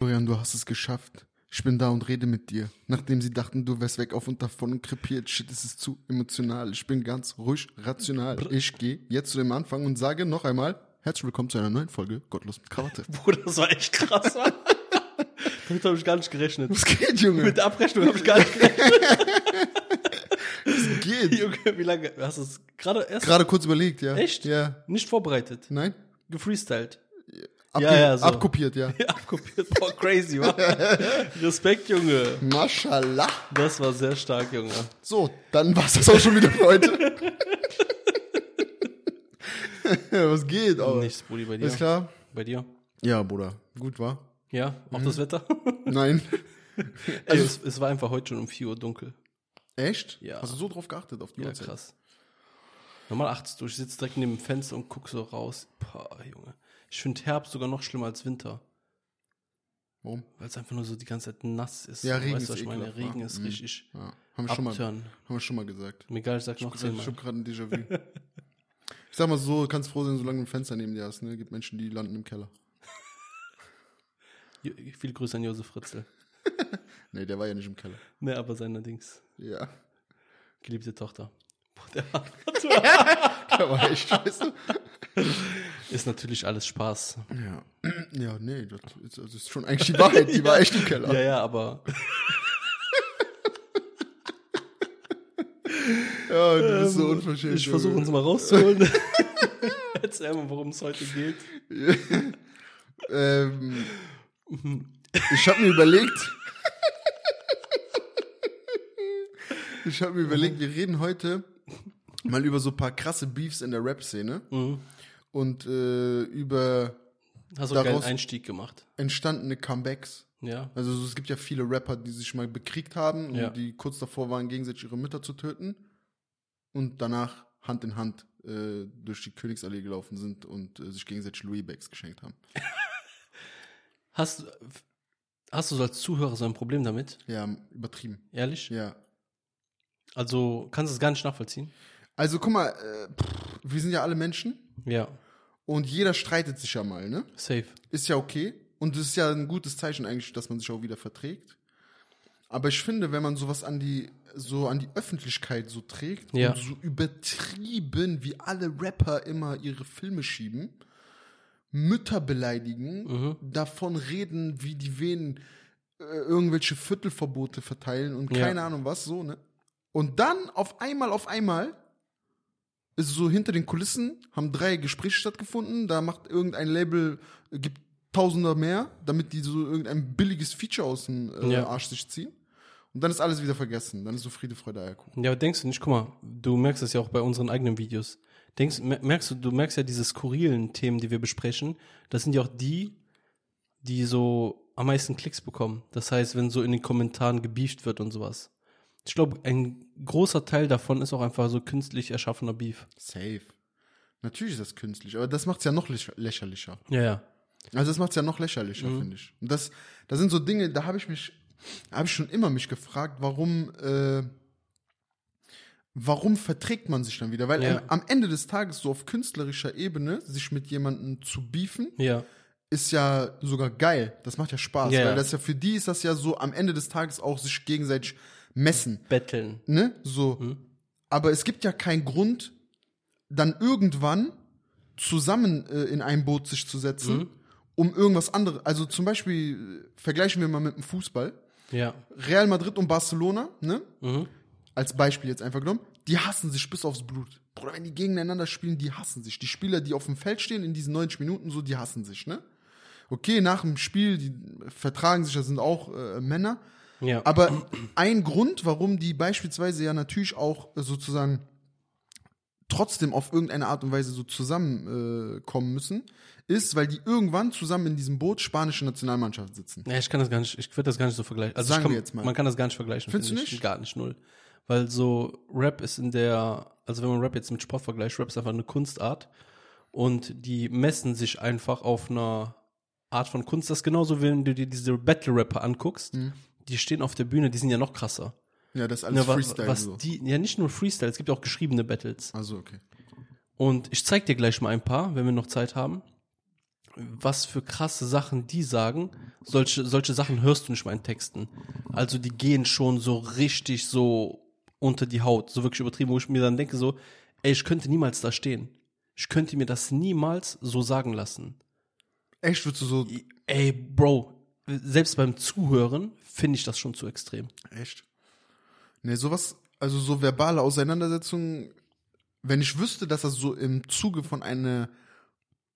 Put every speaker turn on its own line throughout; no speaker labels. Christian, du hast es geschafft. Ich bin da und rede mit dir. Nachdem sie dachten, du wärst weg auf und davon und krepiert. Shit, es ist zu emotional. Ich bin ganz ruhig, rational. Ich gehe jetzt zu dem Anfang und sage noch einmal, herzlich willkommen zu einer neuen Folge Gottlos mit Krawatte.
Bruder, das war echt krass. Mann. Damit habe ich gar nicht gerechnet.
Was geht, Junge?
Mit der Abrechnung habe ich gar nicht gerechnet.
Was geht?
Junge, wie lange? Hast du es gerade erst
Gerade kurz überlegt, ja.
Echt?
Ja.
nicht vorbereitet?
Nein?
Gefreestylt.
Abge
Ja, ja, so.
Abkopiert, ja.
Abkopiert. Boah, crazy, Mann. Respekt, Junge.
Maschallah.
Das war sehr stark, Junge.
So, dann war's das auch schon wieder für heute. Was geht, aber?
Nichts, Brudi, bei dir.
Alles klar?
Bei dir?
Ja, Bruder. Gut, war?
Ja, auch das Wetter?
Nein.
Also, es, es war einfach heute schon um 4 Uhr dunkel.
Echt?
Ja.
Hast du so drauf geachtet auf die
Ja,
Uhrzeit?
krass. Normal 8 Uhr, ich sitze direkt neben dem Fenster und guck so raus. Boah, Junge. Ich finde Herbst sogar noch schlimmer als Winter.
Warum?
Weil es einfach nur so die ganze Zeit nass ist.
Ja, Regen
weißt,
ist
du, was ich meine?
ekelhaft, wa?
Regen ist
Mhm.
richtig
Ja. Haben wir schon mal, haben
abturn.
wir schon mal gesagt.
Mir egal, ich sag noch
Ich hab- ich
zehnmal.
hab gerade ein Déjà-vu. Ich sag mal so, kannst froh sein, solange du ein Fenster neben dir hast, ne? Gibt Menschen, die landen im Keller.
Jo- Viel Grüße an Josef Fritzl.
Nee, der war ja nicht im Keller.
Ne, aber seiner Dings.
Ja.
Geliebte Tochter. Boah, der
Der war echt scheiße.
ist natürlich alles Spaß.
Ja. Ja, nee, das ist, das ist schon eigentlich die Wahrheit. Die war echt im Keller.
Ja, ja, aber
Ja, du bist so unverschämt.
ähm, ich versuche
Junge.
uns mal rauszuholen. Erzähl mal, worum es heute geht.
Ähm, ich habe mir überlegt. ich habe mir überlegt, wir reden heute mal über so ein paar krasse Beefs in der Rap-Szene und äh, über
Mhm. Hast du einen geilen
Daraus-
Einstieg gemacht.
entstandene Comebacks.
Ja.
Also so, es gibt ja viele Rapper, die sich mal bekriegt haben und
Ja.
die kurz davor waren, gegenseitig ihre Mütter zu töten und danach Hand in Hand äh, durch die Königsallee gelaufen sind und äh, sich gegenseitig Louis Bags geschenkt haben.
Hast, du- hast du so als Zuhörer so ein Problem damit?
Ja, übertrieben.
Ehrlich?
Ja,
Also kannst du es gar nicht nachvollziehen?
Also guck mal, äh, pff, wir sind ja alle Menschen
Ja,
und jeder streitet sich ja mal, ne?
safe.
Ist ja okay und es ist ja ein gutes Zeichen eigentlich, dass man sich auch wieder verträgt. Aber ich finde, wenn man sowas an die so an die Öffentlichkeit so trägt
Ja.
und so übertrieben, wie alle Rapper immer ihre Filme schieben, Mütter beleidigen,
Mhm.
davon reden, wie die Venen äh, irgendwelche Viertelverbote verteilen und
Ja.
keine Ahnung was, so, ne? Und dann auf einmal, auf einmal ist so hinter den Kulissen, haben drei Gespräche stattgefunden, da macht irgendein Label, äh, gibt Tausender mehr, damit die so irgendein billiges Feature aus dem äh,
Ja.
Arsch sich ziehen. Und dann ist alles wieder vergessen. Dann ist so Friede, Freude, Eierkuchen.
Ja, aber denkst du nicht, guck mal, du merkst das ja auch bei unseren eigenen Videos. Denkst, mer- merkst du, du merkst ja diese skurrilen Themen, die wir besprechen, das sind ja auch die, die so am meisten Klicks bekommen. Das heißt, wenn so in den Kommentaren gebieft wird und sowas. Ich glaube, ein großer Teil davon ist auch einfach so künstlich erschaffener Beef.
Safe. Natürlich ist das künstlich, aber das macht's ja noch lächer- lächerlicher.
Ja, ja.
Also das macht's ja noch lächerlicher,
Mhm.
finde ich. Und das, das sind so Dinge, da habe ich mich, habe ich schon immer mich gefragt, warum, äh, warum verträgt man sich dann wieder? Weil
Ja.
am, am Ende des Tages so auf künstlerischer Ebene sich mit jemandem zu beefen,
Ja.
ist ja sogar geil. Das macht ja Spaß,
Ja, ja.
weil das ja für die ist das ja so am Ende des Tages auch sich gegenseitig messen,
Betteln.
ne? So. Aber es gibt ja keinen Grund, dann irgendwann zusammen äh, in ein Boot sich zu setzen, um irgendwas anderes. Also zum Beispiel äh, vergleichen wir mal mit dem Fußball.
Ja.
Real Madrid und Barcelona, ne?
Mhm.
Als Beispiel jetzt einfach genommen, die hassen sich bis aufs Blut. Bruder, wenn die gegeneinander spielen, die hassen sich. Die Spieler, die auf dem Feld stehen in diesen 90 Minuten, so, die hassen sich, ne? Okay, nach dem Spiel, die vertragen sich, das sind auch äh, Männer.
Ja.
Aber ein Grund, warum die beispielsweise ja natürlich auch äh, sozusagen trotzdem auf irgendeine Art und Weise so zusammenkommen äh, kommen müssen, ist, weil die irgendwann zusammen in diesem Boot spanische Nationalmannschaft sitzen.
Ja, ich kann das gar nicht, ich würde das gar nicht so vergleichen. Also
Sagen
ich kann,
wir jetzt mal.
Man kann das gar nicht vergleichen.
Findest
finde
du
ich.
nicht?
Gar nicht, null. Weil so Rap ist in der, also wenn man Rap jetzt mit Sport vergleicht, Rap ist einfach eine Kunstart und die messen sich einfach auf einer Art von Kunst. Das ist genauso, wenn du dir diese Battle-Rapper anguckst, die stehen auf der Bühne, die sind ja noch krasser.
Ja, Mhm. das ist alles
Ja, wa-
Freestyle
was
so.
die, ja, nicht nur Freestyle, es gibt auch geschriebene Battles.
Also okay.
Und ich zeig dir gleich mal ein paar, wenn wir noch Zeit haben. was für krasse Sachen die sagen. Solche, solche Sachen hörst du nicht mal in Texten. Also die gehen schon so richtig so unter die Haut, so wirklich übertrieben, wo ich mir dann denke so, ey, ich könnte niemals da stehen. Ich könnte mir das niemals so sagen lassen.
Echt, würdest du so.
Ey, Bro, selbst beim Zuhören finde ich das schon zu extrem.
Echt? Ne, sowas, also so verbale Auseinandersetzungen, wenn ich wüsste, dass das so im Zuge von einem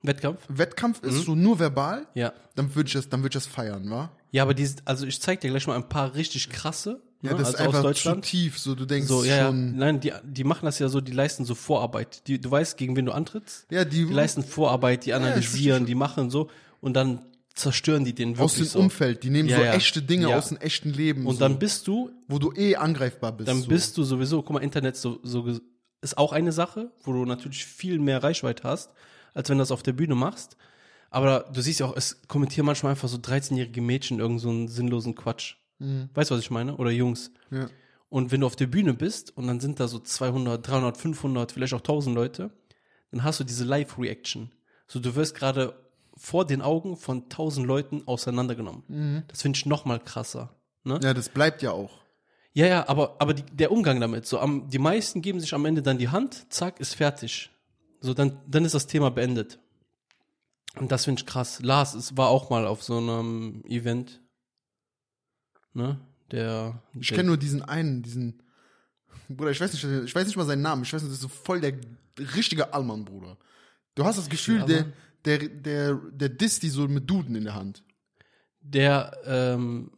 Wettkampf?
Wettkampf
Mhm.
ist, so nur verbal,
Ja.
dann würde ich das, dann würde ich das feiern, wa?
Ja, aber die, also ich zeig dir gleich mal ein paar richtig krasse,
Ja,
ne?
das
also
ist einfach
aus
zu
Deutschland.
tief, so du denkst
So, ja, ja.
schon.
Nein, die, die machen das ja so, die leisten so Vorarbeit. Die, du weißt, gegen wen du antrittst.
Ja, die,
Die leisten Vorarbeit, die
Mhm. ich
analysieren,
verstehe
die machen so und dann zerstören die den wirklich
aus dem
so.
Umfeld, die nehmen
Ja,
so
ja.
echte Dinge
Ja.
aus dem echten Leben,
Und
so,
dann bist du,
wo du eh angreifbar bist.
dann
so.
bist du sowieso, guck mal, Internet so, so ges- ist auch eine Sache, wo du natürlich viel mehr Reichweite hast, als wenn du das auf der Bühne machst. Aber du siehst ja auch, es kommentieren manchmal einfach so 13-jährige Mädchen irgend so einen sinnlosen Quatsch.
Mhm.
Weißt du, was ich meine? Oder Jungs.
Ja.
Und wenn du auf der Bühne bist und dann sind da so 200, 300, 500, vielleicht auch 1000 Leute, dann hast du diese Live-Reaction. So, du wirst gerade vor den Augen von 1000 Leuten auseinandergenommen. Das finde ich nochmal krasser. Ne?
Mhm. ja, das bleibt ja auch.
Ja, ja, aber, aber die, der Umgang damit. So am, die meisten geben sich am Ende dann die Hand, zack, ist fertig. So, dann, dann ist das Thema beendet. Und das finde ich krass. Lars es war auch mal auf so einem Event. Ne? Der.
Ich kenne nur diesen einen, diesen. Bruder, ich weiß nicht, ich weiß nicht mal seinen Namen. Ich weiß nicht, das ist so voll der richtige Allmann, Bruder. Du hast das Gefühl, der,
Allmann?
der, der, der disst die so mit Duden in der Hand.
der ähm,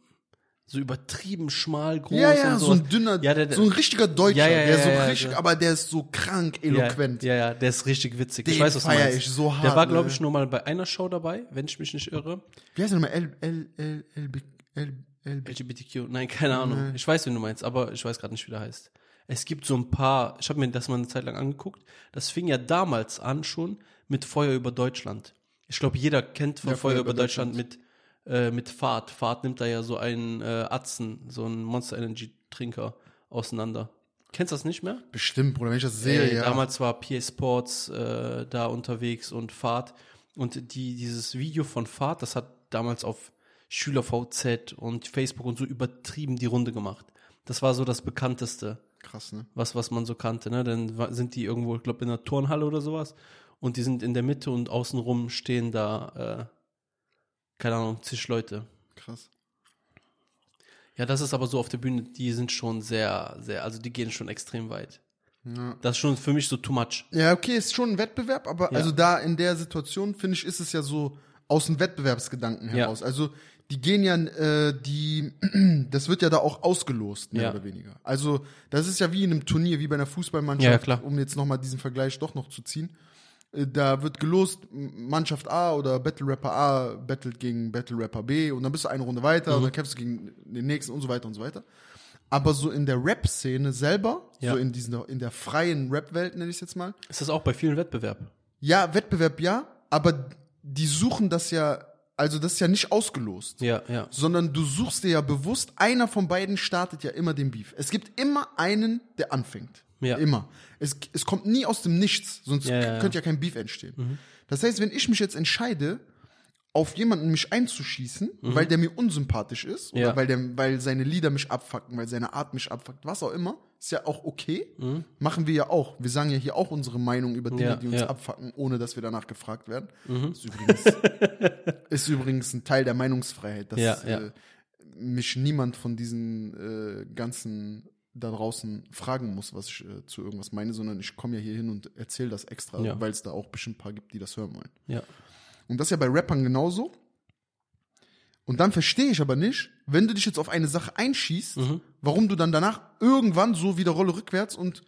so übertrieben schmal groß
ja, ja,
und
so
sowas.
ein dünner,
Ja, der- der-
so ein richtiger Deutscher,
Ja, ja,
der
ja,
so
ja,
richtig,
ja.
aber der ist so krank eloquent.
Ja, ja, ja, der ist richtig witzig. ich
Den
weiß, was du
feier
meinst.
ich so hart,
der war,
ne?
glaube ich, nur mal bei einer Show dabei, wenn ich mich nicht irre.
Wie heißt der nochmal? L, L, L, L, B, L, L, B.
LGBTQ, nein, keine Ahnung. Ich weiß, wen du meinst, aber ich weiß gerade nicht, wie der heißt. Es gibt so ein paar, ich habe mir das mal eine Zeit lang angeguckt, das fing ja damals an schon mit Feuer über Deutschland. Ich glaube, jeder kennt von
Ja,
Feuer über Deutschland, mit, äh, mit Fahrt. Fahrt nimmt da ja so einen äh, Atzen, so einen Monster Energy Trinker auseinander. Kennst du das nicht mehr?
Bestimmt, Bruder, wenn ich das sehe,
Ey,
ja.
Damals war PA Sports äh, da unterwegs und Fahrt. Und die, dieses Video von Fahrt, das hat damals auf Schüler VZ und Facebook und so übertrieben die Runde gemacht. Das war so das bekannteste,
Krass, ne?
was, was man so kannte. Ne? Dann wa- sind die irgendwo, ich glaube, in einer Turnhalle oder sowas. Und die sind in der Mitte und außenrum stehen da, äh, keine Ahnung, zig Leute.
Krass.
Ja, das ist aber so auf der Bühne, die sind schon sehr, sehr, also die gehen schon extrem weit.
Ja.
Das ist schon für mich so too much.
ja, okay, ist schon ein Wettbewerb, aber
Ja.
also da in der Situation, finde ich, ist es ja so aus dem Wettbewerbsgedanken heraus. Also die gehen ja, äh, die, das wird ja da auch ausgelost, mehr
Ja.
oder weniger. Also das ist ja wie in einem Turnier, wie bei einer Fußballmannschaft,
Ja, klar.
um jetzt nochmal diesen Vergleich doch noch zu ziehen. Äh, Da wird gelost, M- Mannschaft A oder Battle Rapper A battelt gegen Battle Rapper B und dann bist du eine Runde weiter
Mhm.
und dann kämpfst du gegen den nächsten und so weiter und so weiter. Aber so in der Rap-Szene selber,
Ja.
so in, diesen, in der freien Rap-Welt, nenne ich es jetzt mal,
Ist das auch bei vielen Wettbewerben?
ja, Wettbewerb ja, aber die suchen das ja, also das ist ja nicht ausgelost,
Ja, ja.
sondern du suchst dir ja bewusst, einer von beiden startet ja immer den Beef. Es gibt immer einen, der anfängt.
Ja.
Immer. Es, es kommt nie aus dem Nichts, sonst
Ja, ja, Mhm. ja.
könnte ja kein Beef entstehen. Das heißt, wenn ich mich jetzt entscheide, auf jemanden mich einzuschießen, weil der mir unsympathisch ist oder
Mhm. Ja.
weil, der, weil seine Lieder mich abfacken, weil seine Art mich abfuckt, was auch immer, ist ja auch okay. Machen wir ja auch. Wir sagen ja hier auch unsere Meinung über Dinge,
Mhm. Ja,
die uns
ja. Mhm.
abfacken, ohne dass wir danach gefragt werden. Ist, übrigens, ist übrigens ein Teil der Meinungsfreiheit, dass
Ja, ja.
Äh, mich niemand von diesen äh, ganzen da draußen fragen muss, was ich äh, zu irgendwas meine, sondern ich komme ja hier hin und erzähle das extra,
Ja.
weil es da auch bestimmt ein paar gibt, die das hören wollen.
Ja.
Und das ist ja bei Rappern genauso. Und dann verstehe ich aber nicht, wenn du dich jetzt auf eine Sache einschießt,
Mhm.
warum du dann danach irgendwann so wieder Rolle rückwärts und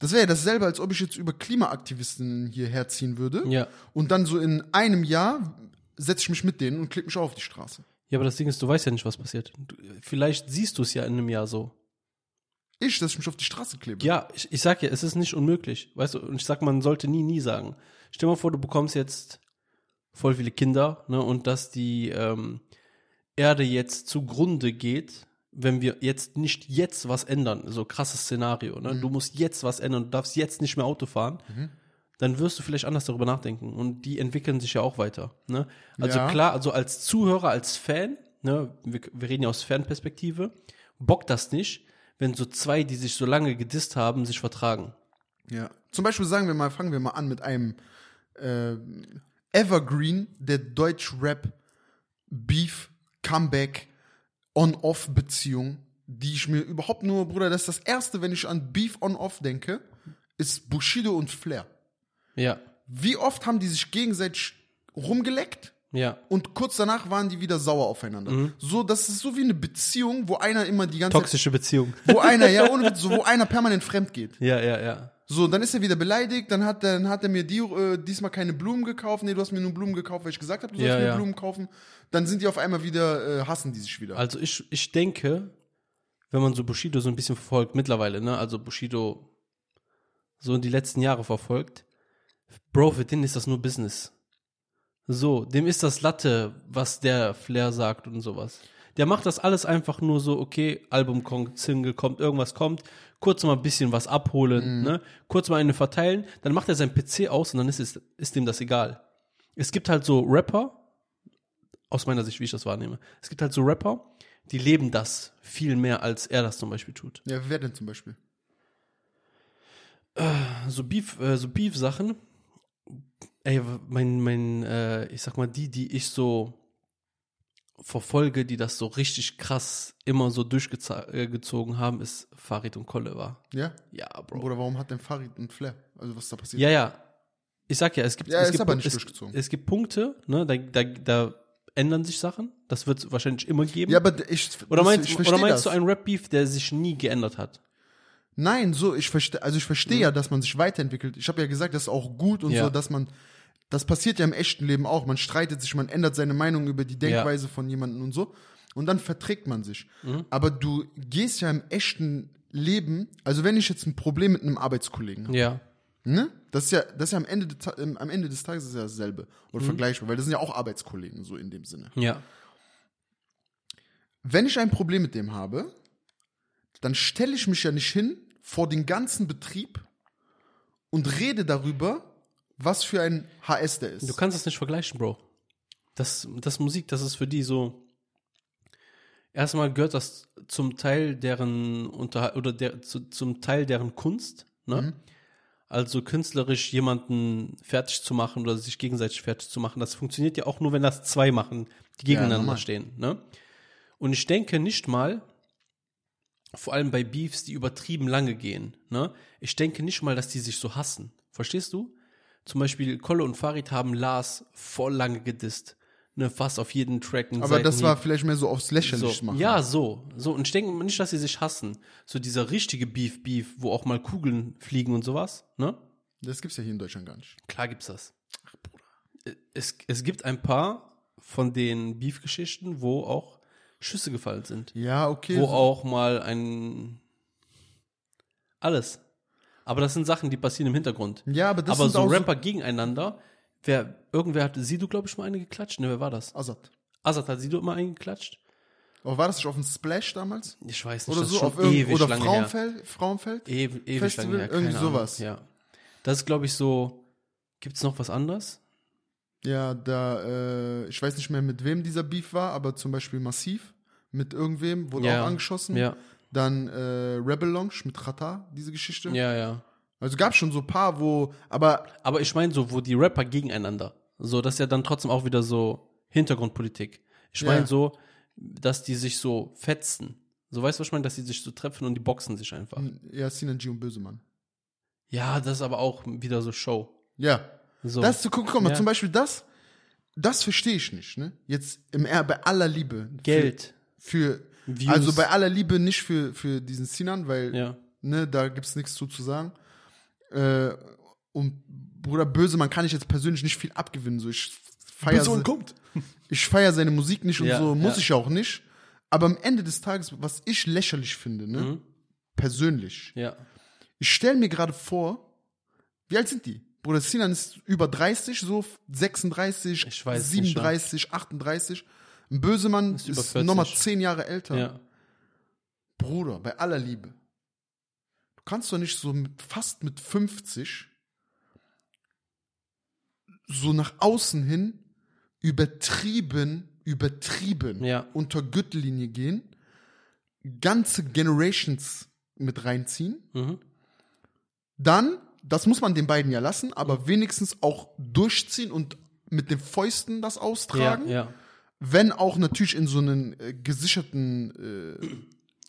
das wäre ja dasselbe, als ob ich jetzt über Klimaaktivisten hier herziehen würde.
Ja.
Und dann so in einem Jahr setze ich mich mit denen und klicke mich auch auf die Straße.
Ja, aber das Ding ist, du weißt ja nicht, was passiert. Du, vielleicht siehst du es ja in einem Jahr so.
Ich, dass ich mich auf die Straße klebe.
Ja, ich, ich sag ja, es ist nicht unmöglich. Weißt du, und ich sag, man sollte nie, nie sagen. Stell dir mal vor, du bekommst jetzt voll viele Kinder, ne, und dass die ähm, Erde jetzt zugrunde geht, wenn wir jetzt nicht Mhm. jetzt was ändern. So krasses Szenario, ne? Du musst jetzt was ändern, du darfst jetzt nicht mehr Auto fahren. dann wirst du vielleicht anders darüber nachdenken. Und die entwickeln sich ja auch weiter. Ne? Also
Ja.
klar, also als Zuhörer, als Fan, ne, wir, wir reden ja aus Fanperspektive, bockt das nicht, wenn so zwei, die sich so lange gedisst haben, sich vertragen.
Ja. Zum Beispiel sagen wir mal, fangen wir mal an mit einem äh, Evergreen der Deutsch-Rap Beef Comeback On-Off-Beziehung, die ich mir überhaupt nur, Bruder, das ist das erste, wenn ich an Beef On-Off denke, ist Bushido und Flair.
Ja,
Wie oft haben die sich gegenseitig rumgeleckt?
ja.
Und kurz danach waren die wieder sauer aufeinander.
Mhm.
So, das ist so wie eine Beziehung, wo einer immer die ganze
Toxische Beziehung.
Zeit, wo einer, ja, ohne Witz, so, wo einer permanent fremd geht.
Ja, ja, ja.
So, dann ist er wieder beleidigt, dann hat, dann hat er mir die, äh, diesmal keine Blumen gekauft. Nee, du hast mir nur Blumen gekauft, weil ich gesagt habe, du sollst
Ja,
mir
ja.
Blumen kaufen. Dann sind die auf einmal wieder, äh, hassen die sich wieder.
Also ich, ich denke, wenn man so Bushido so ein bisschen verfolgt, mittlerweile, ne? Also Bushido so in die letzten Jahre verfolgt, Bro, für den ist das nur Business. So, dem ist das Latte, was der Flair sagt und sowas. Der macht das alles einfach nur so, okay, Album kommt, Single kommt, irgendwas kommt, kurz mal ein bisschen was abholen, ne? kurz mal eine verteilen, dann macht er sein PC aus und dann ist, es, ist dem das egal. Es gibt halt so Rapper, aus meiner Sicht, wie ich das wahrnehme. Es gibt halt so Rapper, die leben das viel mehr, als er das zum Beispiel tut.
ja, wer denn zum Beispiel?
So Beef, äh, so Beef-Sachen, ey, w- mein, mein, äh, ich sag mal, die, die ich so verfolge, die das so richtig krass immer so durchgezogen haben, ist Farid und Kolle war.
Ja?
Ja, Bro.
Oder warum hat denn Farid und Flair? Also, was ist da passiert?
Ja, ja. Ich sag ja, es gibt,
Ja,
es
ist
gibt
aber nicht
es,
durchgezogen.
Es gibt Punkte, ne, da, da, da ändern sich Sachen. Das wird es wahrscheinlich immer geben.
Ja, aber d- ich,
oder
das-
meinst,
ich
oder
verstehe
meinst
das.
du einen Rap-Beef, der sich nie geändert hat?
Nein, so, ich verstehe, also ich verstehe ja, dass man sich weiterentwickelt. Ich habe ja gesagt, das ist auch gut und
Mhm. Ja.
so, dass man, das passiert ja im echten Leben auch. Man streitet sich, man ändert seine Meinung über die Denkweise von jemandem und so. Und dann verträgt man sich.
Mhm.
Aber du gehst ja im echten Leben, also wenn ich jetzt ein Problem mit einem Arbeitskollegen habe,
Ja.
ne? Das ist ja, das ist ja am Ende, des Ta- ähm, am Ende des Tages ist ja dasselbe oder
Mhm.
vergleichbar, weil das sind ja auch Arbeitskollegen, so in dem Sinne.
Ja.
wenn ich ein Problem mit dem habe, dann stelle ich mich ja nicht hin vor den ganzen Betrieb und rede darüber, was für ein HS der ist.
Du kannst das nicht vergleichen, Bro. Das, das Musik, das ist für die so. Erstmal gehört das zum Teil deren Unterhal oder der, zu, zum Teil deren Kunst, ne? Also künstlerisch jemanden fertig zu machen oder sich gegenseitig fertig zu machen, das funktioniert ja auch nur, wenn das zwei machen, die gegeneinander
normal.
stehen, ne? Und ich denke nicht mal, vor allem bei Beefs, die übertrieben lange gehen, ne? Ich denke nicht mal, dass die sich so hassen. Verstehst du? Zum Beispiel Kolle und Farid haben Lars voll lange gedisst. Ne, fast auf jeden Track. einen
Aber das
Seitenhieb.
war vielleicht mehr so aufs
so.
Lächerlich machen.
Ja, so. So. Und ich denke nicht, dass sie sich hassen. So dieser richtige Beef, Beef, wo auch mal Kugeln fliegen und sowas, ne?
Das gibt's ja hier in Deutschland gar nicht.
Klar gibt's das. Äh, Es, es gibt ein paar von den Beef-Geschichten, wo auch Schüsse gefallen sind.
Ja, okay.
Wo auch mal ein. Alles. Aber das sind Sachen, die passieren im Hintergrund.
Ja, aber das
aber
sind
so
auch so-
Rapper gegeneinander. Wer, irgendwer hat Sido, glaube ich, mal eine geklatscht. Ne, wer war das?
Azad.
Azad hat Sido mal einen geklatscht?
Aber war das nicht auf dem Splash damals?
Ich weiß nicht.
Oder
das
so
ist schon
auf irgendeinem
ewig
oder
lange her. E-
Frauenfeld? Frauenfeld?
Ew, ewig
Festival,
lange her. Keine
irgendwie sowas.
Ahnung. Ja. Das ist, glaube ich, so. Gibt es noch was anderes?
Ja, da äh, ich weiß nicht mehr mit wem dieser Beef war, aber zum Beispiel massiv mit irgendwem wurde
Ja.
auch angeschossen.
Ja.
Dann äh, Rebel Launch mit Rata, diese Geschichte.
Ja, ja.
Also gab schon so ein paar, wo, aber
Aber ich meine so, wo die Rapper gegeneinander. So, das ist ja dann trotzdem auch wieder so Hintergrundpolitik. Ich
Ja.
meine so, dass die sich so fetzen. So weißt du, was ich meine? Dass die sich so treffen und die boxen sich einfach.
ja, Sinan G ähm, und Bösemann.
Ja, das ist aber auch wieder so Show.
Ja.
So.
Das zu gucken, guck mal,
Ja.
zum Beispiel das, das verstehe ich nicht, ne? Jetzt im R bei aller Liebe.
Geld.
Für, für
Views.
also bei aller Liebe nicht für, für diesen Sinan, weil,
Ja.
ne, da gibt's nichts zu, zu sagen. Äh, und Bruder Bösemann kann ich jetzt persönlich nicht viel abgewinnen, so ich feier se-
kommt.
ich feiere seine Musik nicht und
Ja,
so, muss
ja.
ich auch nicht. Aber am Ende des Tages, was ich lächerlich finde, ne?
Mhm.
Persönlich.
Hm? Ja.
Ich stelle mir gerade vor, wie alt sind die? Bruder Sinan ist über 30, so 36,
Ich weiß nicht,
37, 38. Ein Bösemann
Ist
ist,
über
ist
40.
nochmal 10 Jahre älter.
Ja.
Bruder, bei aller Liebe. Du kannst doch nicht so mit, fast mit 50 so nach außen hin übertrieben, übertrieben
Ja.
unter Gürtellinie gehen, ganze Generations mit reinziehen
Mhm.
dann, das muss man den beiden ja lassen, aber wenigstens auch durchziehen und mit den Fäusten das
Ja,
austragen,
ja.
wenn auch natürlich in so einen äh, gesicherten, äh,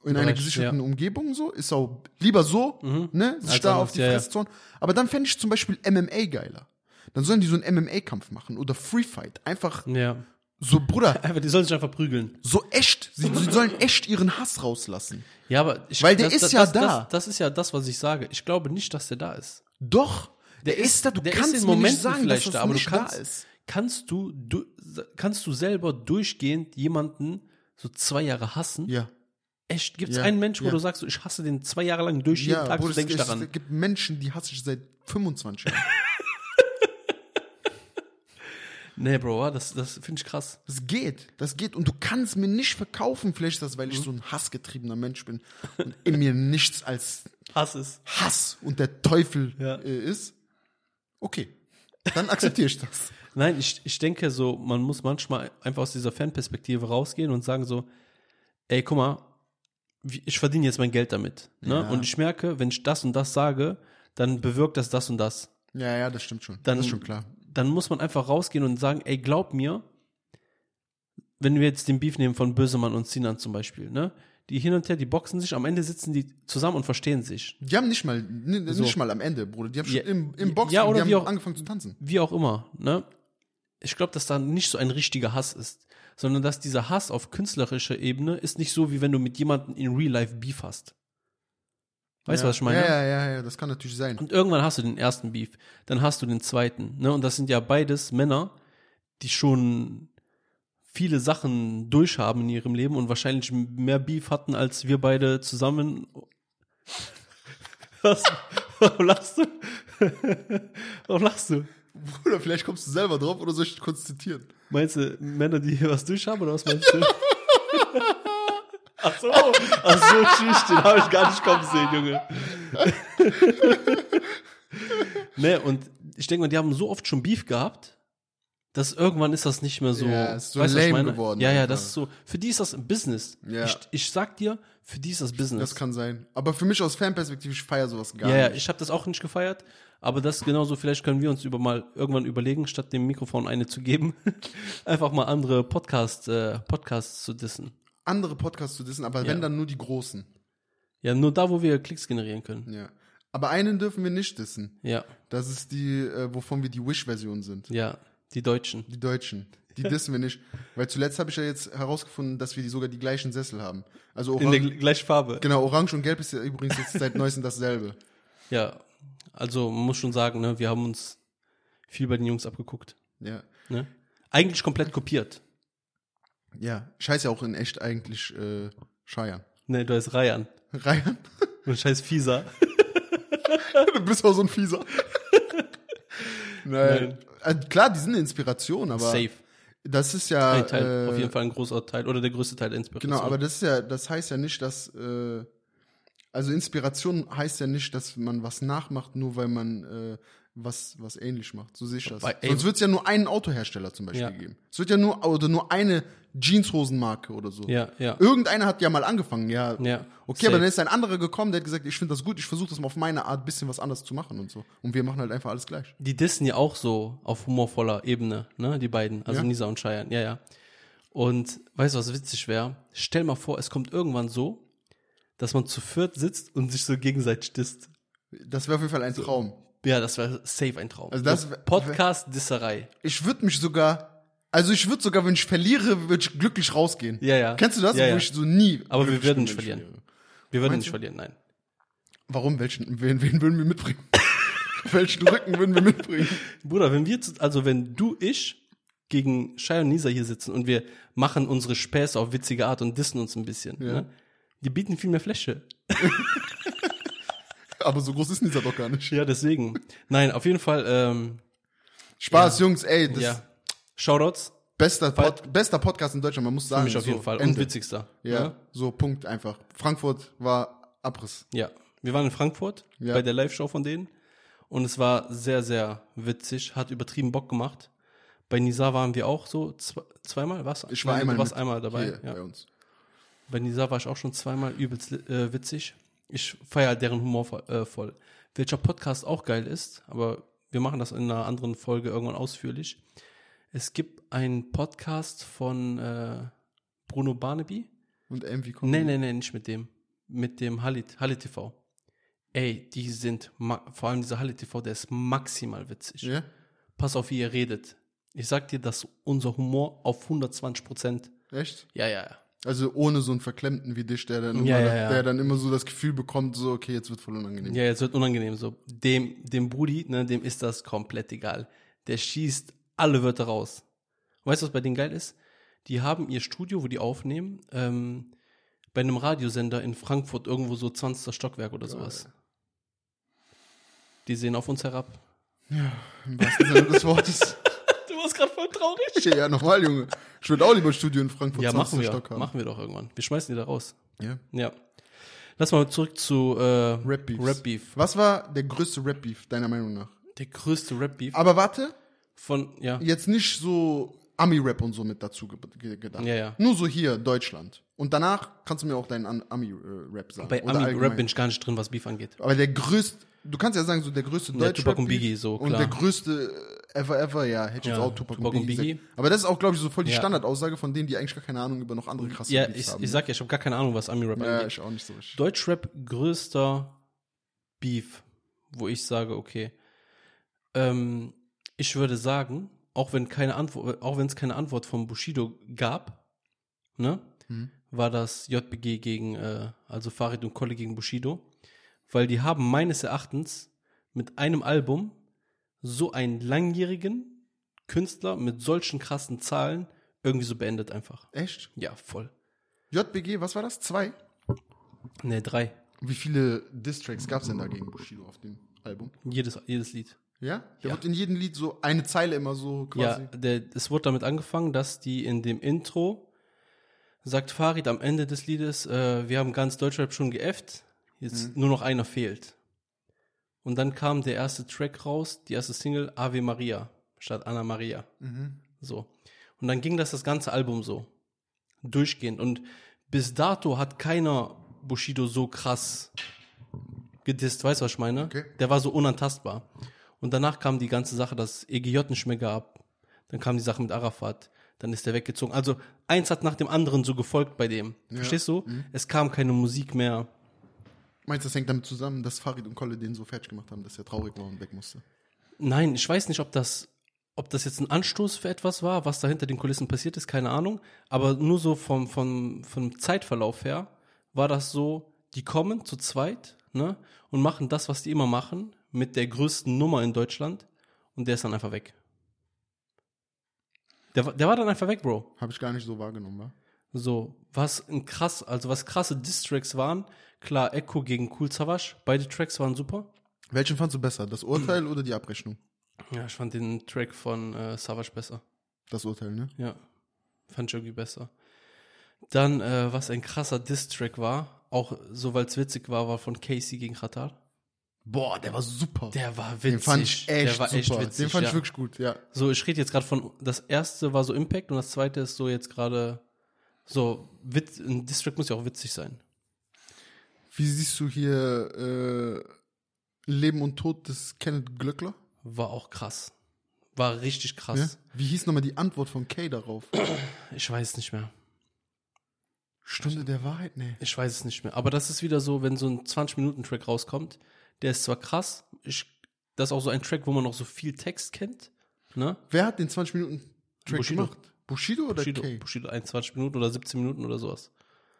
in einer
Bereich, Mhm.
gesicherten Umgebung so, ist auch lieber so, ne, sich
Als
da
anders,
auf die
ja, ja.
Fresse zauen. Aber dann fände ich zum Beispiel MMA geiler. Dann sollen die so einen MMA-Kampf machen oder Free Fight. Einfach
Ja.
so, Bruder,
Einfach, die sollen sich einfach prügeln.
so echt. Sie, sie sollen echt ihren Hass rauslassen.
Ja, aber ich,
Weil der
das,
ist
das,
ja
das,
da.
Das, das ist ja das, was ich sage. Ich glaube nicht, dass der da ist.
Doch, der, ist da, du
der
kannst
ist
mir
in Momenten
nicht sagen, dass
vielleicht
das
da, aber
nicht
du kannst,
da ist.
kannst du, du kannst du selber durchgehend jemanden so zwei Jahre hassen?
Ja.
Echt? Gibt es
Ja,
einen Mensch, wo
ja.
du sagst, so, ich hasse den zwei Jahre lang durch jeden Tag,
Bruder,
du denkst
es, es-
daran?
Es gibt Menschen, die hasse ich seit 25 Jahren.
Nee, Bro, ah, das, das finde ich krass.
Das geht, das geht. Und du kannst mir nicht verkaufen, vielleicht ist das,
Mhm.
weil ich so ein hassgetriebener Mensch bin und in mir nichts als
Hass es.
Hass und der Teufel
Ja.
äh, ist. Okay, dann akzeptiere ich das.
Nein, ich, ich denke so, man muss manchmal einfach aus dieser Fanperspektive rausgehen und sagen so, ey, guck mal, wie- ich verdiene jetzt mein Geld damit. Ne?
Ja.
Und ich merke, wenn ich das und das sage, dann bewirkt das das und das.
Ja, ja, das stimmt schon.
Dann-
das ist schon klar.
Dann muss man einfach rausgehen und sagen, ey, glaub mir, wenn wir jetzt den Beef nehmen von Bösemann und Sinan zum Beispiel, ne? Die hin und her, die boxen sich, am Ende sitzen die zusammen und verstehen sich.
Die haben nicht mal, n-
So.
nicht mal am Ende, Bruder. Die haben schon
Ja,
im, im Boxen,
ja, oder
die haben
wie auch-
angefangen zu tanzen.
wie auch immer, ne? Ich glaube, dass da nicht so ein richtiger Hass ist, sondern dass dieser Hass auf künstlerischer Ebene ist nicht so, wie wenn du mit jemandem in Real Life Beef hast. Weißt du,
ja.
was ich meine?
Ja, ja, ja, ja, das kann natürlich sein.
Und irgendwann hast du den ersten Beef, dann hast du den zweiten, ne? Und das sind ja beides Männer, die schon viele Sachen durchhaben in ihrem Leben und wahrscheinlich mehr Beef hatten als wir beide zusammen. Was? Warum lachst du? Warum lachst du?
Bruder, vielleicht kommst du selber drauf oder soll ich kurz zitieren?
Meinst du Männer, die hier was durchhaben oder was meinst du? Ach so, ach so, tschüss, den habe ich gar nicht kommen sehen, Junge. ne, und ich denke mal, die haben so oft schon Beef gehabt, dass irgendwann ist das nicht mehr so.
Ja, ist so
weißt du, was ich
lame
meine?
geworden
Ja, ja,
einfach.
das ist so. Für die ist das ein Business.
Ja.
Ich, ich sag dir, für die ist das Business.
Das kann sein. Aber für mich aus Fanperspektive, ich feiere sowas gar
ja, ja,
nicht.
ich habe das auch nicht gefeiert, aber das genauso, vielleicht können wir uns über mal irgendwann überlegen, statt dem Mikrofon eine zu geben, einfach mal andere Podcast, äh, Podcasts zu dissen.
Andere Podcasts zu dissen, aber wenn dann nur die großen.
Ja, nur da, wo wir Klicks generieren können.
Ja. Aber einen dürfen wir nicht dissen.
Ja,
Das ist die, äh, wovon wir die Wish-Version sind.
ja, die Deutschen.
Die Deutschen. Die dissen wir nicht. Weil zuletzt habe ich ja jetzt herausgefunden, dass wir die sogar die gleichen Sessel haben. Also
In der
orange,
gl- gleichen Farbe.
genau, orange und gelb ist ja übrigens jetzt seit neuestem dasselbe.
Ja, also man muss schon sagen, ne, wir haben uns viel bei den Jungs abgeguckt.
Ja.
Ne? Eigentlich komplett kopiert.
Ja. Ich heiße ja auch in echt eigentlich äh, Scheiern.
Ne, du heißt Ryan.
Ryan,
Und scheiß Fieser.
du bist auch so ein Fieser. Nein. Äh, Klar, die sind eine Inspiration, aber
Safe.
das ist ja
Ein Teil,
äh,
auf jeden Fall ein großer Teil oder der größte Teil der Inspiration.
Genau, aber das ist ja, das heißt ja nicht, dass äh, also Inspiration heißt ja nicht, dass man was nachmacht, nur weil man äh, was was ähnlich macht. So sehe ich das.
Bei- ey-
Sonst wird es ja nur einen Autohersteller zum Beispiel
Ja.
geben. Es wird ja nur oder nur eine Jeanshosenmarke oder so.
Ja, ja.
Irgendeiner hat ja mal angefangen, ja.
Ja,
Okay,
safe.
aber dann ist ein anderer gekommen, der hat gesagt, ich finde das gut, ich versuche das mal auf meine Art bisschen was anders zu machen und so. Und wir machen halt einfach alles gleich.
die dissen ja auch so auf humorvoller Ebene, ne, die beiden, also
Ja.
Nisa und Cheyenne, ja, ja. Und weißt du, was witzig wäre? Stell mal vor, es kommt irgendwann so, dass man zu viert sitzt und sich so gegenseitig disst.
Das wäre auf jeden Fall ein Traum.
Ja, das wäre safe ein Traum.
Also das
So
wär-
Podcast-Disserei.
Ich würde mich sogar, also ich würde sogar, wenn ich verliere, würde ich glücklich rausgehen.
Ja, ja.
Kennst du das?
Ja,
wo
ja.
ich so nie.
Aber wir
glücklich bin,
werden nicht
wenn ich
verlieren.
verliere.
Wir würden
Meinst
nicht
du?
verlieren, nein.
Warum? Welchen, wen, wen würden wir mitbringen? Welchen Rücken würden wir mitbringen?
Bruder, wenn wir, zu, also wenn du, ich gegen Shai und Nisa hier sitzen und wir machen unsere Späße auf witzige Art und dissen uns ein bisschen,
Ja.
ne? die bieten viel mehr Fläche.
Aber so groß ist dieser doch gar nicht.
Ja, deswegen. Nein, auf jeden Fall, ähm,
Spaß, Jungs, ey, das
ja. Shoutouts.
bester, Pod, bester Podcast in Deutschland, man muss sagen.
Für mich auf
Ah, so,
jeden Fall. Und
Ende.
witzigster.
Ja,
ne?
so, Punkt einfach. Frankfurt war Abriss.
Ja. Wir waren in Frankfurt
Ja.
bei der Live-Show von denen. Und es war sehr, sehr witzig, hat übertrieben Bock gemacht. Bei Nisa waren wir auch so zwe zweimal, was?
Ich war
Nein,
einmal
Du warst
mit
einmal dabei.
Hier, äh,
ja.
bei uns.
Bei Nisa war ich auch schon zweimal übelst äh, witzig. Ich feiere deren Humor voll, äh, voll. Welcher Podcast auch geil ist, aber wir machen das in einer anderen Folge irgendwann ausführlich. Es gibt einen Podcast von äh, Bruno Barnaby.
Und MV kommt.
Nee, nee, nee, nicht mit dem. Mit dem Halit, Halit TV. Ey, die sind, ma- vor allem dieser Halit TV, der ist maximal witzig.
Ja?
Pass auf, wie ihr redet. Ich sag dir, dass unser Humor auf 120 Prozent.
Echt?
Ja, ja, ja.
Also ohne so einen Verklemmten wie dich, der dann immer,
Ja, ja, ja.
der dann immer so das Gefühl bekommt, so, okay, jetzt wird voll unangenehm.
Ja, jetzt wird unangenehm so. Dem, dem Brudi, ne, dem ist das komplett egal. Der schießt alle Wörter raus. Weißt du, was bei denen geil ist? Die haben ihr Studio, wo die aufnehmen, ähm, bei einem Radiosender in Frankfurt, irgendwo so 20. Stockwerk oder sowas. Die sehen auf uns herab.
Im wahrsten Sinne des Wortes.
Du warst gerade voll traurig.
ja, nochmal, Junge. Ich würde auch lieber ein Studio in Frankfurt
Ja,
20
machen wir.
Stock haben.
Machen wir doch irgendwann. Wir schmeißen die da raus.
Ja.
Ja. Lass mal zurück zu äh,
Rap Beefs.
Rap Beef.
Was war der größte Rap-Beef, deiner Meinung nach?
Der größte Rap Beef
Aber warte,
von, Ah. ja.
jetzt nicht so Ami-Rap und so mit dazu ge ge gedacht.
Ja, ja.
Nur so hier, Deutschland. Und danach kannst du mir auch deinen An- Ami-Rap sagen.
Bei
Oder
Ami-Rap
allgemein.
bin ich gar nicht drin, was Beef angeht.
Aber der größte, du kannst ja sagen, so der größte
Ja,
deutsche
Tupac
Rap
und
Beef
Biggie, so,
Und
klar.
der größte äh, ever, ever, ja, hätte ich jetzt
Ja,
auch Tupac,
Tupac
und
und
Biggie.
Biggie.
gesagt. Aber das ist auch, glaube ich, so voll die
Ja.
Standardaussage von denen, die eigentlich gar keine Ahnung über noch andere krasse
Ja,
Beefs
ich,
haben.
ich sag ja, ich habe gar keine Ahnung, was Ami-Rap
ja,
angeht.
ich auch nicht so richtig.
Deutschrap größter Beef, wo ich sage, okay, ähm, ich würde sagen, auch wenn keine Antwort, auch wenn es keine Antwort von Bushido gab, ne,
Mhm.
war das JBG gegen, äh, also Farid und Kolle gegen Bushido, weil die haben meines Erachtens mit einem Album so einen langjährigen Künstler mit solchen krassen Zahlen irgendwie so beendet einfach.
Echt?
Ja, voll.
JBG, was war das? Zwei?
Ne, drei.
Wie viele Distracks gab es denn da gegen Bushido auf dem Album?
Jedes, jedes Lied.
Ja? Der
Ja.
wird in jedem Lied so eine Zeile immer so quasi.
Ja, der, es wurde damit angefangen, dass die in dem Intro sagt Farid am Ende des Liedes, äh, wir haben ganz Deutschrap schon geäfft, jetzt
Mhm.
nur noch einer fehlt. Und dann kam der erste Track raus, die erste Single Ave Maria statt Anna Maria.
Mhm.
So. Und dann ging das das ganze Album so. Durchgehend. Und bis dato hat keiner Bushido so krass gedisst, weißt du, was ich meine?
Okay.
Der war so unantastbar. Und danach kam die ganze Sache, dass es EGJ nicht mehr gab. Dann kam die Sache mit Arafat. Dann ist er weggezogen. Also eins hat nach dem anderen so gefolgt bei dem. Verstehst du? Es kam keine Musik mehr.
Meinst du, das hängt damit zusammen, dass Farid und Kolle den so fertig gemacht haben, dass er traurig war und weg musste?
Nein, ich weiß nicht, ob das, ob das jetzt ein Anstoß für etwas war, was da hinter den Kulissen passiert ist, keine Ahnung. Aber nur so vom, vom, vom Zeitverlauf her war das so, die kommen zu zweit ne, und machen das, was die immer machen, mit der größten Nummer in Deutschland und der ist dann einfach weg. Der, war- der war dann einfach weg, Bro.
Habe ich gar nicht so wahrgenommen, wa?
So, was ein krass, also was krasse Distracks waren, klar, Echo gegen Cool Savage, beide Tracks waren super.
Welchen fandst du besser, das Urteil oder die Abrechnung?
Ja, ich fand den Track von äh, Savage besser.
Das Urteil, ne?
Ja, fand ich irgendwie besser. Dann, äh, was ein krasser Diss-Track war, auch so weil es witzig war, war von Casey gegen Katar.
Boah, der war super.
Der war witzig.
den fand ich echt
der war
super.
echt witzig.
den fand
ja.
ich wirklich gut, ja.
So, ich rede jetzt gerade von, das erste war so Impact und das zweite ist so jetzt gerade so, witz, ein Diss-Track muss ja auch witzig sein.
Wie siehst du hier äh, Leben und Tod des Kenneth Glöckler?
War auch krass. War richtig
Ja?
krass.
Wie hieß nochmal die Antwort von Kay darauf?
Ich weiß nicht mehr.
Stunde der Wahrheit? Nee.
Ich weiß es nicht mehr. Aber das ist wieder so, wenn so ein 20-Minuten-Track rauskommt, der ist zwar krass, ich, das ist auch so ein Track, wo man noch so viel Text kennt, ne?
Wer hat den 20 Minuten Track
Bushido.
gemacht? Bushido oder
Bushido,
Kay?
Bushido 21 Minuten oder 17 Minuten oder sowas.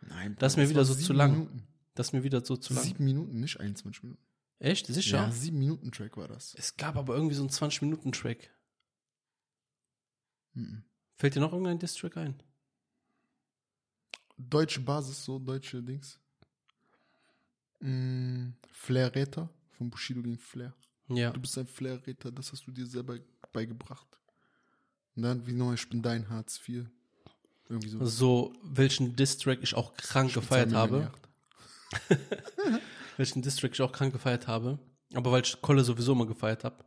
Nein,
Das ist mir wieder
war
so
sieben
zu lang.
Minuten.
Das ist mir wieder so zu lang.
Sieben Minuten, nicht 21 Minuten.
Echt? Sicher?
Ja, sieben Minuten Track war das.
Es gab aber irgendwie so einen 20-Minuten-Track.
Mhm.
Fällt dir noch irgendein Diss-Track ein?
Deutsche Basis, so deutsche Dings. Mm, Flair-Räter von Bushido gegen Flair.
Ja.
Du bist ein Flair-Räter, das hast du dir selber beigebracht. Und dann, wie neu, ich bin dein Hartz IV. Irgendwie so.
So, welchen Diss-Track ich auch krank gefeiert
Zwei Millionen
habe.
Yacht.
Welchen Diss-Track ich auch krank gefeiert habe, aber weil ich Kolle sowieso immer gefeiert habe,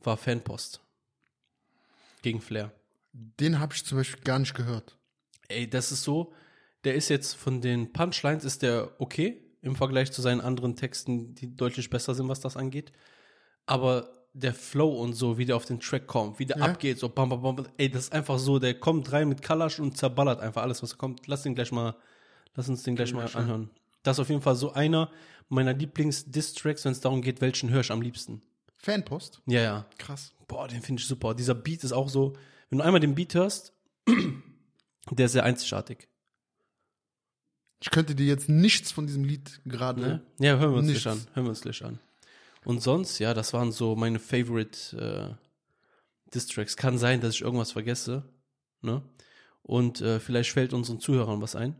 war Fanpost. Gegen Flair.
Den habe ich zum Beispiel gar nicht gehört.
Ey, das ist so, der ist jetzt von den Punchlines ist der okay im Vergleich zu seinen anderen Texten, die deutlich besser sind, was das angeht. Aber der Flow und so, wie der auf den Track kommt, wie der
Ja.
abgeht, so bam, bam, bam, ey, das ist einfach so, der kommt rein mit Kalasch und zerballert einfach alles, was kommt. Lass den gleich mal, lass uns den gleich mal anhören. Das ist auf jeden Fall so einer meiner Lieblings-Distracks, wenn es darum geht, welchen höre ich am liebsten.
Fanpost?
Ja, ja.
Krass.
Boah, den finde ich super. Dieser Beat ist auch so, wenn du einmal den Beat hörst, der ist sehr einzigartig.
Ich könnte dir jetzt nichts von diesem Lied gerade.
Ne? Ja, hören wir uns
Nichts.
gleich an. Hören wir uns gleich an. Und sonst, ja, das waren so meine Favorite äh, Distracks. Kann sein, dass ich irgendwas vergesse. Ne? Und äh, vielleicht fällt unseren Zuhörern was ein.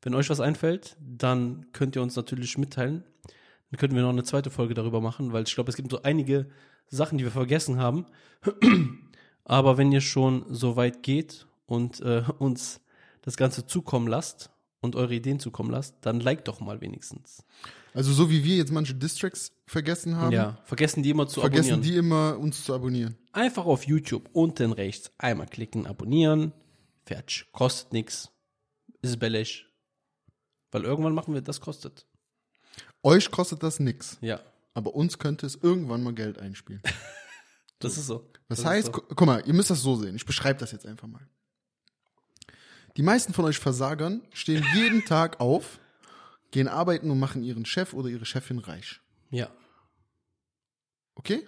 Wenn euch was einfällt, dann könnt ihr uns natürlich mitteilen. Dann könnten wir noch eine zweite Folge darüber machen, weil ich glaube, es gibt so einige Sachen, die wir vergessen haben. Aber wenn ihr schon so weit geht und äh, uns das Ganze zukommen lasst und eure Ideen zukommen lasst, dann liked doch mal wenigstens.
Also so wie wir jetzt manche Distracks vergessen haben,
Ja, vergessen die immer zu
vergessen
abonnieren.
die immer uns zu abonnieren.
Einfach auf YouTube unten rechts einmal klicken, abonnieren. Fertig. Kostet nichts. Ist billig. Weil irgendwann machen wir, das kostet.
Euch kostet das nix,
Ja,
aber uns könnte es irgendwann mal Geld einspielen.
das ist so.
Das,
ist
heißt,
so.
gu guck mal, ihr müsst das so sehen. Ich beschreibe das jetzt einfach mal. Die meisten von euch Versagern stehen jeden Tag auf, gehen arbeiten und machen ihren Chef oder ihre Chefin reich.
Ja.
Okay?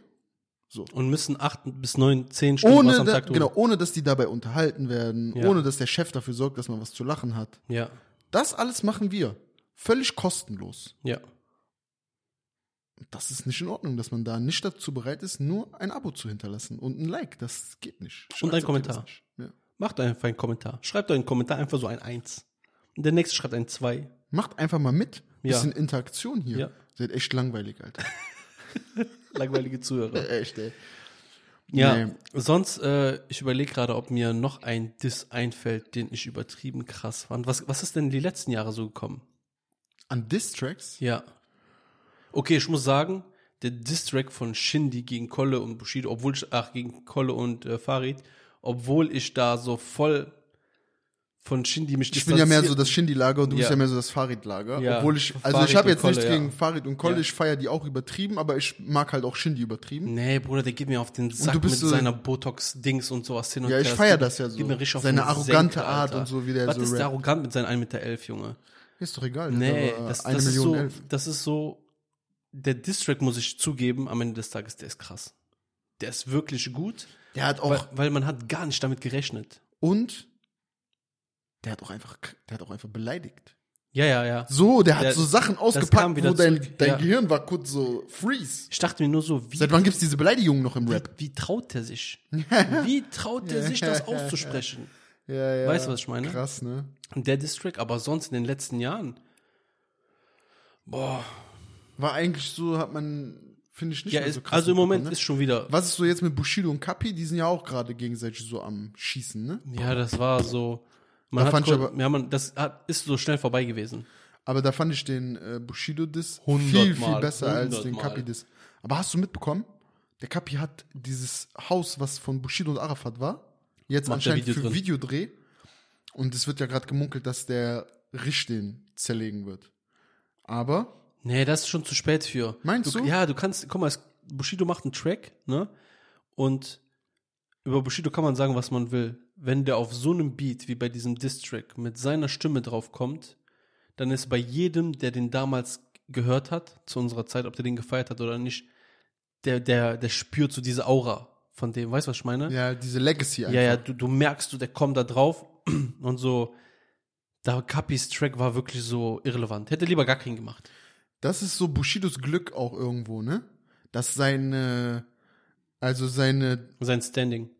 Und müssen acht bis neun, zehn Stunden was
Ohne,
am
da,
Tag tun.
genau, ohne dass die dabei unterhalten werden,
Ja.
ohne dass der Chef dafür sorgt, dass man was zu lachen hat.
Ja,
Das alles machen wir. Völlig kostenlos.
ja.
Das ist nicht in Ordnung, dass man da nicht dazu bereit ist, nur ein Abo zu hinterlassen und ein Like. Das geht nicht. Ich
Und ein
akzeptiere das
Kommentar.
nicht. Ja.
Macht einfach einen Kommentar. Schreibt einen Kommentar einfach so ein Eins. Und der nächste schreibt ein Zwei.
Macht einfach mal mit.
Ja.
Bisschen Interaktion hier.
Ja.
Seid echt langweilig, Alter.
Langweilige Zuhörer.
Echt, ey.
Ja,
Nee.
sonst, äh, ich überlege gerade, ob mir noch ein Diss einfällt, den ich übertrieben krass fand. Was, was ist denn die letzten Jahre so gekommen?
An Distracks?
Ja. Okay, ich muss sagen, der Diss-Track von Shindy gegen Kolle und Bushido, obwohl ich, ach, gegen Kolle und äh, Farid, obwohl ich da so voll von Shindy mich
Ich bin ja mehr so
distanziert-
das Shindy-Lager und du bist
Ja.
ja mehr so das Farid-Lager.
Ja.
Obwohl ich, also
Farid
ich habe
und
jetzt
Kolle,
nichts
ja.
gegen Farid und Kolle,
Ja.
ich feiere die auch übertrieben, aber ich mag halt auch Shindy übertrieben.
Nee, Bruder, der geht mir auf den Sack
du bist
mit
so-
seiner Botox-Dings und sowas hin und
Ja, ich
her.
feier
Mhm. gibt-
das ja so.
gibt mir richtig auf
Seine
den
arrogante
Senker,
Art
Alter.
und so, wie der
Was
so
ist der
rappt.
arrogant mit seinen 1,11 Meter, Junge?
Ist doch egal. der
Nee,
ist aber
das,
eine
das, ist
Million
so,
elf.
das ist so. Der Distrack, muss ich zugeben, am Ende des Tages, der ist krass. Der ist wirklich gut,
Der hat auch,
weil, weil man hat gar nicht damit gerechnet.
und der hat auch einfach, der hat auch einfach beleidigt.
Ja, ja, ja.
So, der hat
Der-
so Sachen
kam
ausgepackt,
wieder
wo dein,
zurück,
dein
ja.
Gehirn war kurz so freeze.
Ich dachte mir nur so, wie,
Seit wann gibt's diese Beleidigungen noch im
wie,
Rap?
wie traut er sich? Wie traut er sich, das
Ja.
auszusprechen?
Ja, ja.
Weißt du, was ich meine?
Krass, ne?
Und Der Distrack, aber sonst in den letzten Jahren. Boah,
War eigentlich so, hat man, finde ich, nicht
ja,
mehr
ist,
so krass.
also im
mitbekommen,
Moment
ne?
ist schon wieder.
Was ist so jetzt mit Bushido und Kapi? Die sind ja auch gerade gegenseitig so am Schießen, ne?
Ja, das war so. Man
Da
hat
fand ich
kurz-
aber-
ja, man, das hat, ist so schnell vorbei gewesen.
Aber da fand ich den äh, Bushido-Diss viel, viel
Hundertmal,
besser als den
hundertmal.
Kapi-Diss. Aber hast du mitbekommen? Der Kapi hat dieses Haus, was von Bushido und Arafat war, jetzt
Macht der
anscheinend
Video
für
drin.
Videodreh. Und es wird ja gerade gemunkelt, dass der Risch den zerlegen wird. Aber
Nee, das ist schon zu spät für.
Meinst du?
Ja, du kannst, guck mal, es, Bushido macht einen Track, ne? Und über Bushido kann man sagen, was man will. Wenn der auf so einem Beat wie bei diesem Diss-Track mit seiner Stimme drauf kommt, dann ist bei jedem, der den damals gehört hat, zu unserer Zeit, ob der den gefeiert hat oder nicht, der, der, der spürt so diese Aura von dem. Weißt du, was ich meine?
ja, diese Legacy einfach.
Ja, ja, du, du merkst, du, der kommt da drauf und so. Da Capis Track war wirklich so irrelevant. Hätte lieber gar keinen gemacht.
Das ist so Bushidos Glück auch irgendwo, ne? Dass seine, also seine
Sein Standing.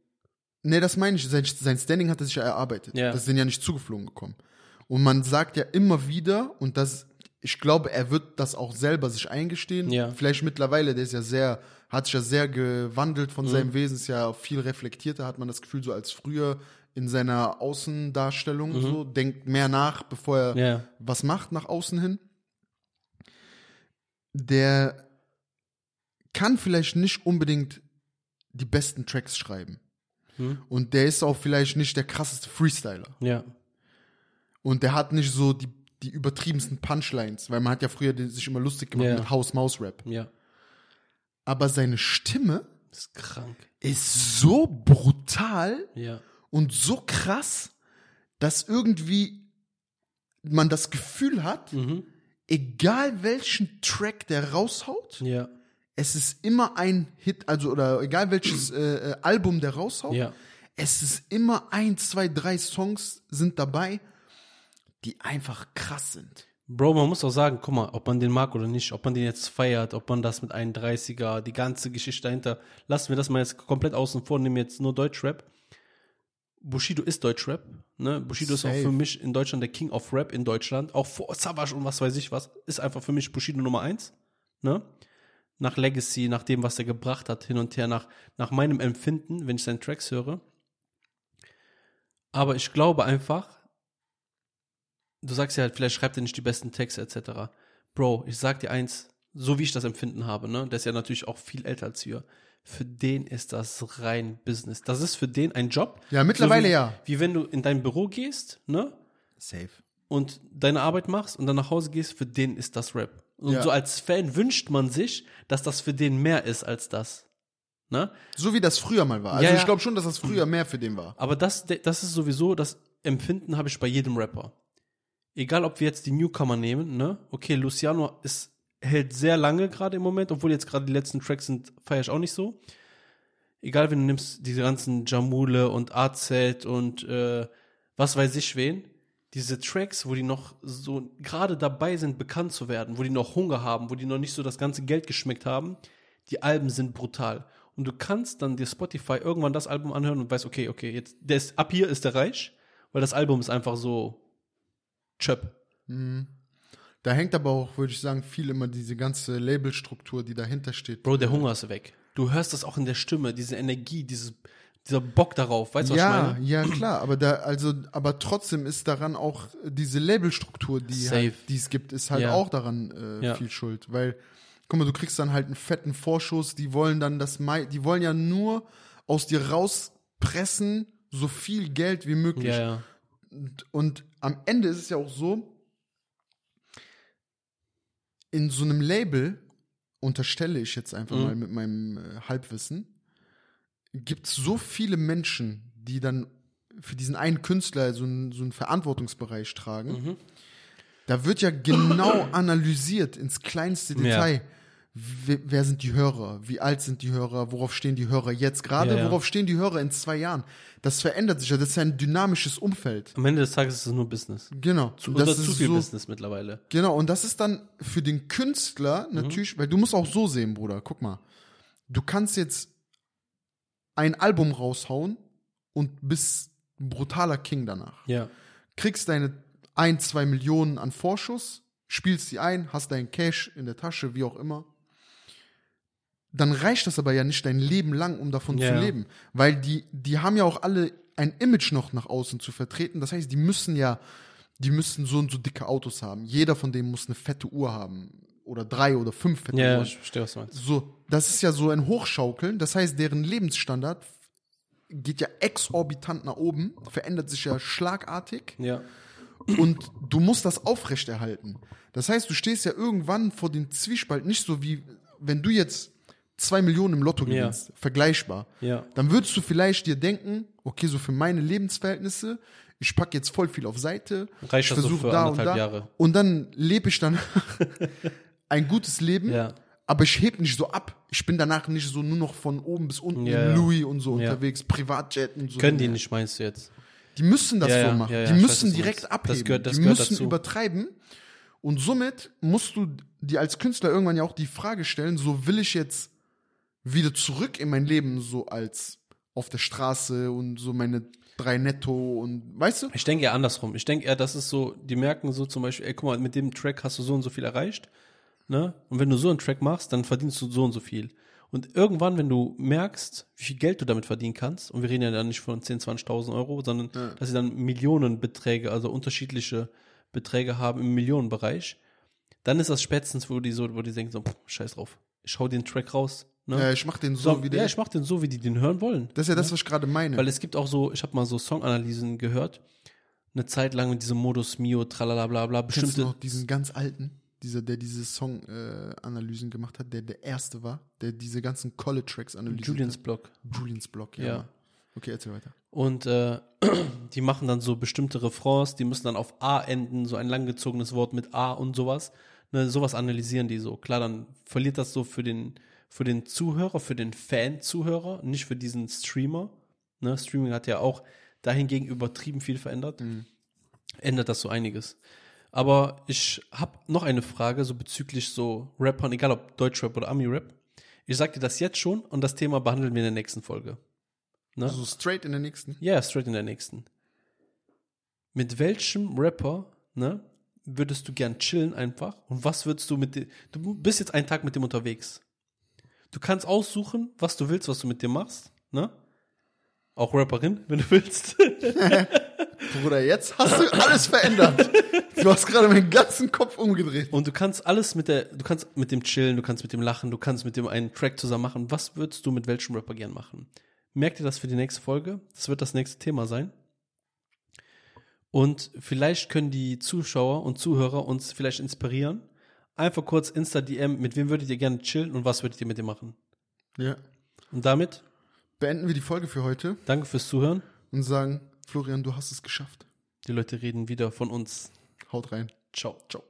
Nee, das meine ich. Sein, sein Standing hat er sich ja erarbeitet.
Ja.
Das ist denen ja nicht zugeflogen gekommen. Und man sagt ja immer wieder, und das, ich glaube, er wird das auch selber sich eingestehen.
Ja.
Vielleicht mittlerweile, der ist ja sehr, hat sich ja sehr gewandelt
Mhm.
von seinem Wesen, ist ja viel reflektierter, hat man das Gefühl, so als früher in seiner Außendarstellung
Mhm.
so, denkt mehr nach, bevor er
Ja.
was macht nach außen hin. Der kann vielleicht nicht unbedingt die besten Tracks schreiben.
Hm.
Und der ist auch vielleicht nicht der krasseste Freestyler.
Ja.
Und der hat nicht so die, die übertriebensten Punchlines, weil man hat ja früher den, sich immer lustig gemacht
Ja.
mit House-Maus-Rap.
Ja.
Aber seine Stimme
Das ist krank.
ist so brutal
Ja.
und so krass, dass irgendwie man das Gefühl hat,
Mhm.
egal welchen Track der raushaut,
Ja.
es ist immer ein Hit, also oder egal welches äh, äh, Album der raushaut,
Ja.
es ist immer ein, zwei, drei Songs sind dabei, die einfach krass sind.
Bro, man muss auch sagen, guck mal, ob man den mag oder nicht, ob man den jetzt feiert, ob man das mit 31er, die ganze Geschichte dahinter, lassen wir das mal jetzt komplett außen vor, nehmen jetzt nur Deutschrap. Bushido ist Deutschrap, ne? Bushido ist
Safe.
auch für mich in Deutschland der King of Rap in Deutschland, auch vor Savage und was weiß ich was, ist einfach für mich Bushido Nummer eins, ne? Nach Legacy, nach dem, was er gebracht hat, hin und her, nach, nach meinem Empfinden, wenn ich seine Tracks höre. Aber ich glaube einfach, du sagst ja halt, vielleicht schreibt er nicht die besten Texte etc. Bro, ich sag dir eins, so wie ich das empfinden habe, ne, der ist ja natürlich auch viel älter als wir. Für den ist das rein Business. Das ist für den ein Job.
Ja, mittlerweile
so wie,
ja.
Wie wenn du in dein Büro gehst, ne,
Safe.
und deine Arbeit machst und dann nach Hause gehst, für den ist das Rap. Und
Ja.
so als Fan wünscht man sich, dass das für den mehr ist als das. Ne?
So wie das früher mal war. Also
Ja, ja.
ich glaube schon, dass das früher mehr für den war.
Aber das, das ist sowieso, das Empfinden habe ich bei jedem Rapper. Egal, ob wir jetzt die Newcomer nehmen, ne? Okay, Luciano ist, hält sehr lange gerade im Moment, obwohl jetzt gerade die letzten Tracks sind, feiere ich auch nicht so. Egal, wenn du nimmst diese ganzen Jamule und AZ und äh, was weiß ich wen, diese Tracks, wo die noch so gerade dabei sind, bekannt zu werden, wo die noch Hunger haben, wo die noch nicht so das ganze Geld geschmeckt haben, die Alben sind brutal. Und du kannst dann dir Spotify irgendwann das Album anhören und weißt, okay, okay, jetzt der ist, ab hier ist der reich, weil das Album ist einfach so chöp.
Da hängt aber auch, würde ich sagen, viel immer diese ganze Labelstruktur, die dahinter steht.
Bro, der Hunger ist weg. Du hörst das auch in der Stimme, diese Energie, dieses, dieser Bock darauf, weißt du, was ich
ja,
meine?
ja, klar, aber da, also, aber trotzdem ist daran auch diese Labelstruktur, die,
Safe.
halt, die es gibt, ist halt
Ja.
auch daran äh,
Ja.
viel schuld. Weil, guck mal, du kriegst dann halt einen fetten Vorschuss, die wollen dann das Mai, die wollen ja nur aus dir rauspressen, so viel Geld wie möglich.
Ja, ja.
Und, und am Ende ist es ja auch so, in so einem Label, unterstelle ich jetzt einfach
Mhm.
mal mit meinem äh, Halbwissen, gibt es so viele Menschen, die dann für diesen einen Künstler so, einen- so einen Verantwortungsbereich tragen.
Mhm.
Da wird ja genau analysiert ins kleinste Detail. we- Wer sind die Hörer? Wie alt sind die Hörer? Worauf stehen die Hörer jetzt gerade?
Ja, ja.
Worauf stehen die Hörer in zwei Jahren? Das verändert sich ja. Das ist ja ein dynamisches Umfeld.
Am Ende des Tages ist es nur Business.
Genau.
Oder zu viel Business mittlerweile.
Genau, und das ist dann für den Künstler natürlich, weil du musst auch so sehen, Bruder, guck mal. Du kannst jetzt ein Album raushauen und bist ein brutaler King danach.
Ja.
Kriegst deine ein, zwei Millionen an Vorschuss, spielst die ein, hast deinen Cash in der Tasche, wie auch immer. Dann reicht das aber ja nicht dein Leben lang, um davon
Ja.
zu leben. Weil die, die haben ja auch alle ein Image noch nach außen zu vertreten. Das heißt, die müssen ja die müssen so und so dicke Autos haben. Jeder von denen muss eine fette Uhr haben. Oder drei oder fünf fette
Ja,
Uhren.
Also ich verstehe, was du meinst.
So, das ist ja so ein Hochschaukeln. Das heißt, deren Lebensstandard f- geht ja exorbitant nach oben, verändert sich ja schlagartig
Ja.
und du musst das aufrechterhalten. Das heißt, du stehst ja irgendwann vor dem Zwiespalt, nicht so wie wenn du jetzt zwei Millionen im Lotto
Ja.
gewinnst, vergleichbar
Ja.
dann würdest du vielleicht dir denken, okay, so für meine Lebensverhältnisse, ich packe jetzt voll viel auf Seite,
Reicht
ich
das so
versuche
für
da und
anderthalb
da
Jahre?
und dann lebe ich dann ein gutes Leben,
Ja.
aber ich heb nicht so ab. Ich bin danach nicht so nur noch von oben bis unten
Ja, ja.
in Louis und so
Ja.
unterwegs, Privatjet und so.
Können die nicht, meinst du jetzt?
Die müssen das
Ja, ja,
so machen.
ja, ja,
die
ich weiß,
müssen
was du
direkt
meinst. Das
abheben.
gehört- das
die
gehört
müssen
dazu.
übertreiben. Und somit musst du dir als Künstler irgendwann ja auch die Frage stellen, so will ich jetzt wieder zurück in mein Leben, so als auf der Straße und so meine drei Netto und weißt du?
Ich denke eher andersrum. Ich denke eher, das ist so, die merken so zum Beispiel, ey, guck mal, mit dem Track hast du so und so viel erreicht. Ne? Und wenn du so einen Track machst, dann verdienst du so und so viel. Und irgendwann, wenn du merkst, wie viel Geld du damit verdienen kannst, und wir reden ja dann nicht von 10.000, 20.000 Euro, sondern dass sie dann Millionenbeträge, also unterschiedliche Beträge haben im Millionenbereich, dann ist das spätestens, wo die so, wo die denken, so, pff, scheiß drauf. ich hau den Track raus. Ne?
Ja, ich mach den so, wie der.
ja, ich mach den so, wie die den hören wollen.
das ist ja das, was ich gerade meine.
Weil es gibt auch so, ich habe mal so Songanalysen gehört, eine Zeit lang mit diesem Modus Mio, tralala, bla, bla,
Kennst du
bestimmte.
noch diesen ganz alten, dieser, der diese Song-Analysen gemacht hat, der der erste war, der diese ganzen College-Tracks analysiert
Julians Block.
hat? Julians Block, ja.
Ja.
Mann. Okay, erzähl weiter.
Und äh, die machen dann so bestimmte Refrains, die müssen dann auf A enden, so ein langgezogenes Wort mit A und sowas. Ne, sowas analysieren die so. Klar, dann verliert das so für den, für den Zuhörer, für den Fan-Zuhörer, nicht für diesen Streamer. Ne, Streaming hat ja auch dahingegen übertrieben viel verändert. Ändert das so einiges. Aber ich habe noch eine Frage, so bezüglich so Rappern, egal ob Deutschrap oder Ami-Rap. Ich sag dir das jetzt schon und das Thema behandeln wir in der nächsten Folge. Ne?
Also straight in der nächsten.
Ja, straight in der nächsten. Mit welchem Rapper, ne, würdest du gern chillen einfach? Und was würdest du mit dem. Du bist jetzt einen Tag mit dem unterwegs. Du kannst aussuchen, was du willst, was du mit dem machst, ne? Auch Rapperin, wenn du willst.
Bruder, jetzt hast du alles verändert. Du hast gerade meinen ganzen Kopf umgedreht.
Und du kannst alles mit der, du kannst mit dem chillen, du kannst mit dem lachen, du kannst mit dem einen Track zusammen machen. Was würdest du mit welchem Rapper gern machen? Merk dir das für die nächste Folge. Das wird das nächste Thema sein. Und vielleicht können die Zuschauer und Zuhörer uns vielleicht inspirieren. Einfach kurz Insta-DM, mit wem würdet ihr gerne chillen und was würdet ihr mit dem machen?
Ja.
Und damit,
Beenden wir die Folge für heute
danke fürs Zuhören.
und sagen, Florian, du hast es geschafft.
Die Leute reden wieder von uns.
Haut rein.
Ciao. Ciao.